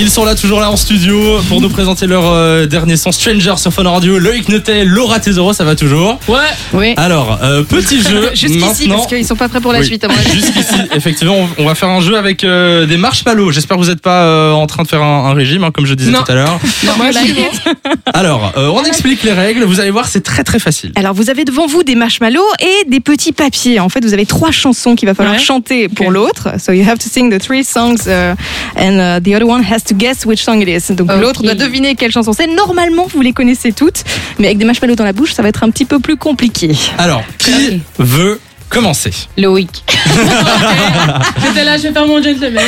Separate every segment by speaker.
Speaker 1: Ils sont là, toujours là en studio, pour nous présenter leur euh, dernier son Stranger sur Fun Radio. Loïc Notet, Laura Tesoro, ça va toujours
Speaker 2: Ouais,
Speaker 3: Oui.
Speaker 1: Alors, euh, petit jeu.
Speaker 3: Jusqu'ici,
Speaker 1: maintenant.
Speaker 3: parce qu'ils sont pas prêts pour la
Speaker 1: Oui.
Speaker 3: suite. à mon avis.
Speaker 1: Jusqu'ici, effectivement, on- on va faire un jeu avec euh, des marshmallows. J'espère que vous n'êtes pas euh, en train de faire un, un régime, hein, comme je disais
Speaker 2: Non.
Speaker 1: tout à l'heure.
Speaker 3: Moi,
Speaker 2: Là,
Speaker 3: j'y vais.
Speaker 1: Alors, euh, on explique les règles. Vous allez voir, c'est très très facile.
Speaker 3: Alors, vous avez devant vous des marshmallows et des petits papiers. En fait, vous avez trois chansons qu'il va falloir
Speaker 2: Ouais.
Speaker 3: chanter pour
Speaker 2: Ok.
Speaker 3: l'autre. So you have to sing the three songs uh, and uh, the other one has to guess which song it is. Donc
Speaker 2: Ok.
Speaker 3: l'autre doit deviner quelle chanson c'est. Normalement, vous les connaissez toutes, mais avec des marshmallows dans la bouche, ça va être un petit peu plus compliqué.
Speaker 1: Alors,
Speaker 2: Ok.
Speaker 1: qui veut commencer
Speaker 3: Loïc.
Speaker 2: j'étais là, je vais faire mon gentleman.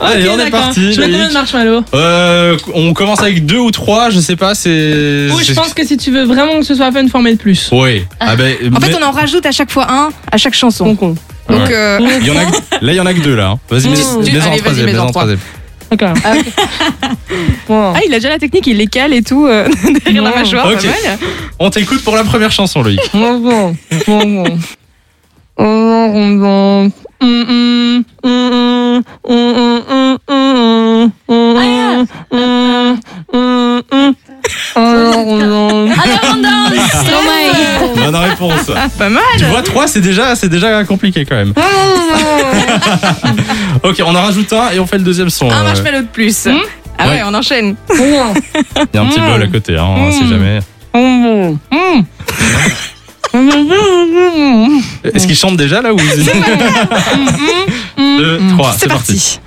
Speaker 1: Allez,
Speaker 2: Ok,
Speaker 1: on est
Speaker 2: d'accord.
Speaker 1: parti.
Speaker 2: Je mets
Speaker 1: Loïc.
Speaker 2: combien de marshmallows
Speaker 1: Euh, on commence avec deux ou trois, je sais pas, c'est.
Speaker 2: Ou je
Speaker 1: c'est-
Speaker 2: pense que si tu veux vraiment que ce soit fun, former de plus.
Speaker 1: Oui. Ah ben,
Speaker 3: En fait,
Speaker 1: mais-
Speaker 3: on en rajoute à chaque fois un à chaque chanson.
Speaker 2: Con con.
Speaker 3: Donc,
Speaker 1: Ouais.
Speaker 3: euh,
Speaker 1: Il y en a que- là, il y en a que deux là. hein. Vas-y,
Speaker 2: Mmh.
Speaker 1: mets-
Speaker 3: Du-
Speaker 1: mets-en en
Speaker 3: allez, vas-y,
Speaker 1: troisième,
Speaker 3: mets-en
Speaker 1: mets-en en
Speaker 3: trois.
Speaker 1: troisième.
Speaker 2: Ok.
Speaker 3: Ah, ok.
Speaker 2: Bon.
Speaker 3: ah, il a déjà la technique, il les cale et tout euh, derrière la
Speaker 2: Non.
Speaker 3: mâchoire.
Speaker 1: Ok.
Speaker 3: Pas mal.
Speaker 1: On t'écoute pour la première chanson, Loïc.
Speaker 2: Bon, bon. Bon, bon. Oh, Bon, bon, bon. Hum, hum. Hum, hum. Hum, hum, hum, hum, hum. Hum, hum, hum. Alors, on-
Speaker 4: Oh
Speaker 1: Bonne réponse.
Speaker 3: Ah, pas mal.
Speaker 1: Tu vois, trois, c'est déjà, c'est déjà compliqué quand même. Ok, on en rajoute un et on fait le deuxième son.
Speaker 3: Un
Speaker 1: euh,
Speaker 3: marshmallow de plus.
Speaker 2: Hmm
Speaker 3: Ah ouais,
Speaker 1: Ouais.
Speaker 3: on enchaîne.
Speaker 2: Bon.
Speaker 1: Il y a un petit bol à côté, hein, on sait
Speaker 2: Mmh.
Speaker 1: jamais.
Speaker 2: Bon, bon. Hum.
Speaker 1: Est-ce qu'il chante déjà là ou Deux, trois, c'est parti.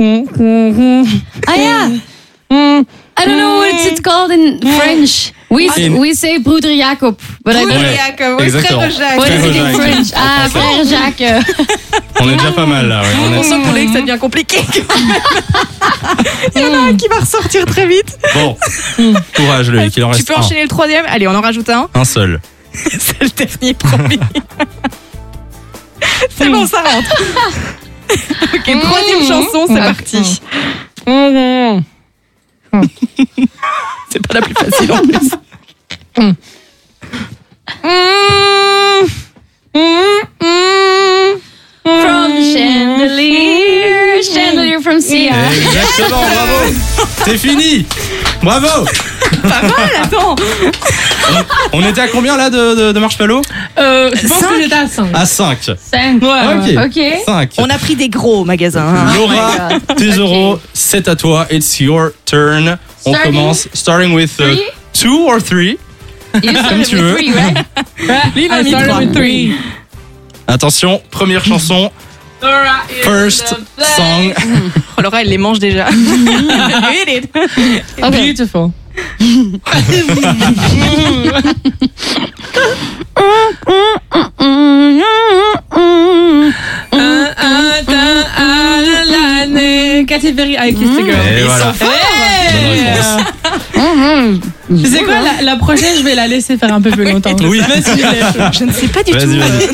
Speaker 2: Aya,
Speaker 4: Ah yeah, Mm. I don't know what it's called in French. We
Speaker 1: In-
Speaker 4: we say broeder Jacob, but I don't
Speaker 1: Ouais, exactement.
Speaker 4: know what
Speaker 1: Frère
Speaker 4: is it in
Speaker 1: Jacques.
Speaker 4: French. Ah, frère Jacques. euh,
Speaker 1: On est déjà pas mal là. ouais, on est- Mm.
Speaker 3: On sent pour les que ça devient compliqué. Il y en a un qui va ressortir très vite.
Speaker 1: Bon, courage Loïc, il en
Speaker 3: Tu
Speaker 1: reste
Speaker 3: peux enchaîner le troisième. Allez, on en rajoute un.
Speaker 1: un. Un seul.
Speaker 3: C'est le dernier, promis. C'est bon, ça rentre. Ok, troisième chanson, c'est parti. Mm, C'est pas la plus facile en plus. Mm. Mm,
Speaker 4: From chandelier, chandelier from sea.
Speaker 1: Exactement, bravo. C'est fini. Bravo.
Speaker 3: Pas mal, attends.
Speaker 1: On était à combien là de, de, de marshmallow
Speaker 2: Euh, je pense
Speaker 3: Cinq.
Speaker 2: que j'étais à 5.
Speaker 1: À 5.
Speaker 4: Cinq.
Speaker 2: Ah,
Speaker 1: Ok.
Speaker 4: Ok.
Speaker 1: 5.
Speaker 3: On a pris des gros au magasin. hein.
Speaker 1: Laura, tes euros, c'est à toi. It's your turn. On
Speaker 4: Starting
Speaker 1: commence starting with uh,
Speaker 4: three.
Speaker 1: two or three.
Speaker 4: You started
Speaker 1: tu
Speaker 4: with
Speaker 1: veux.
Speaker 4: three, right?
Speaker 2: Leave
Speaker 3: I started with
Speaker 2: Ah, three.
Speaker 1: Attention, première chanson,
Speaker 2: Laura is
Speaker 1: first
Speaker 2: the best.
Speaker 1: song.
Speaker 3: Oh, Laura, elle les mange déjà. Eat it.
Speaker 4: Okay.
Speaker 2: Beautiful.
Speaker 4: Mm.
Speaker 2: Un, un, un, un, la, la, la, Katy Perry, I kissed a girl.
Speaker 1: Et voilà.
Speaker 2: Hey.
Speaker 1: Bonne
Speaker 2: Tu sais quoi, la, la prochaine, je vais la laisser faire un peu plus longtemps.
Speaker 1: Oui.
Speaker 2: Vas-y, laisse.
Speaker 3: Je ne sais pas du tout.
Speaker 1: Vas-y,
Speaker 3: euh,
Speaker 1: vas-y.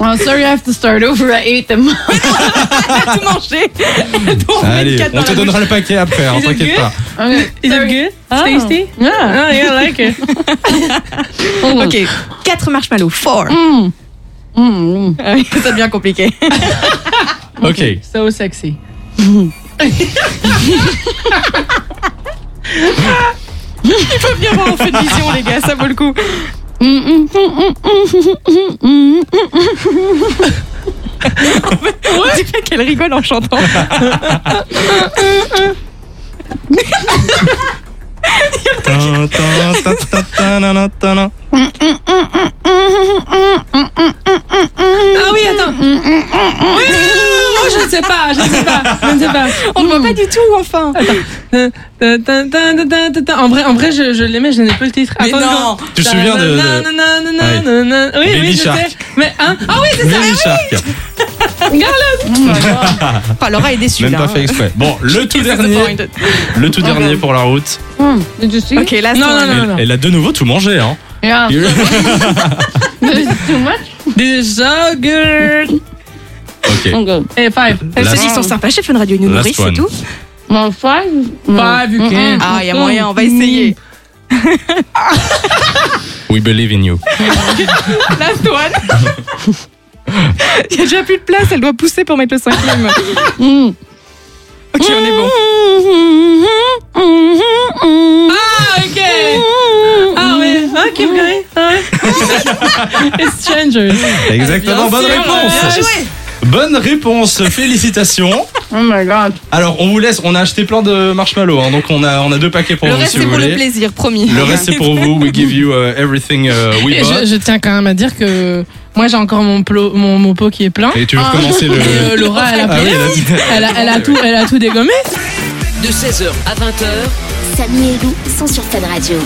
Speaker 4: Oh, sorry, I have to start over. I ate them.
Speaker 3: tout manger. Donc, on met une
Speaker 1: Allez,
Speaker 3: carte
Speaker 1: on
Speaker 3: dans
Speaker 1: te
Speaker 3: la
Speaker 1: donnera le paquet après, hein,
Speaker 2: Is it
Speaker 1: t'inquiète
Speaker 2: good
Speaker 1: pas.
Speaker 4: Okay.
Speaker 2: Is it good?
Speaker 4: Ah.
Speaker 2: Tasty?
Speaker 4: Yeah.
Speaker 2: Oh, yeah, I like it.
Speaker 3: bouche. Ok, 4 marshmallows, 4.
Speaker 4: Mm. Mm.
Speaker 3: Ça devient compliqué.
Speaker 1: Ok.
Speaker 2: So sexy.
Speaker 3: Viens voir, on fait de vision, les gars, ça vaut le coup. Mm, mm, On dirait qu'elle rigole en chantant.
Speaker 1: Tan, tan, tan, tan, tan, nan, tan, nan.
Speaker 2: Ah oui, attends. Oui, oh, je ne sais pas, je ne sais pas, je ne sais pas.
Speaker 3: On ne voit pas du tout, enfin.
Speaker 2: Tin, tin, tin, tin, tin, tin, tin. En vrai, en vrai, je, je l'aimais, je n'ai pas le titre.
Speaker 3: Mais
Speaker 2: Attends,
Speaker 3: non.
Speaker 2: attends.
Speaker 1: Tu te souviens de-
Speaker 2: Nan, nan, nan, nan, nan, nan. Oui,
Speaker 1: Baby
Speaker 2: oui, je
Speaker 1: Shark.
Speaker 2: sais. Mais hein Ah oui, c'est ça.
Speaker 1: Mini Shark.
Speaker 3: Enfin, Oh, Laura est déçue, hein.
Speaker 1: Même
Speaker 3: là.
Speaker 1: pas fait exprès. Bon, le tout dernier, le tout dernier pour la route.
Speaker 4: Mm. Did you see?
Speaker 3: Ok, là,
Speaker 2: Non,
Speaker 3: c'est-
Speaker 2: non, non.
Speaker 1: Elle, elle a de nouveau tout mangé, hein.
Speaker 4: Yeah.
Speaker 1: ok.
Speaker 4: This is too much.
Speaker 2: This is so good.
Speaker 4: I'm good.
Speaker 2: Et five.
Speaker 1: Last-
Speaker 3: Ceux-ci sont sympas, chez Fun Radio, ils nous
Speaker 1: Last
Speaker 3: nourrissent et
Speaker 1: one.
Speaker 3: tout.
Speaker 4: Well, five.
Speaker 2: Five, you can.
Speaker 3: Ah, il y a moyen, on va essayer.
Speaker 1: We believe in you.
Speaker 3: La toile. Il n'y a déjà plus de place, elle doit pousser pour mettre le cinquième.
Speaker 4: Mm.
Speaker 2: Ok, on est bon.
Speaker 4: bon.
Speaker 2: Ah, ok Ah ouais, ok, vous verrez. Ah ouais. It's changers.
Speaker 1: Exactement, bonne réponse. Bonne réponse, félicitations.
Speaker 2: Oh my god.
Speaker 1: Alors, on vous laisse, on a acheté plein de marshmallows, hein, donc on a, on a deux paquets pour
Speaker 3: Le
Speaker 1: vous
Speaker 3: reste,
Speaker 1: si
Speaker 3: c'est
Speaker 1: vous
Speaker 3: pour le
Speaker 1: voulez.
Speaker 3: plaisir, promis.
Speaker 1: le reste, c'est pour vous. We give you euh, everything euh, we
Speaker 2: Et
Speaker 1: bought.
Speaker 2: je, je tiens quand même à dire que moi j'ai encore mon, plo- mon, mon pot qui est plein.
Speaker 1: Et tu veux
Speaker 2: Ah.
Speaker 1: recommencer le.
Speaker 2: Et, euh, Laura, elle a,
Speaker 1: Ah oui, elle a-
Speaker 2: elle a- elle a tout, elle a tout dégommé.
Speaker 5: De 16h à 20h,
Speaker 6: Samy et Lou sont sur Fan Radio.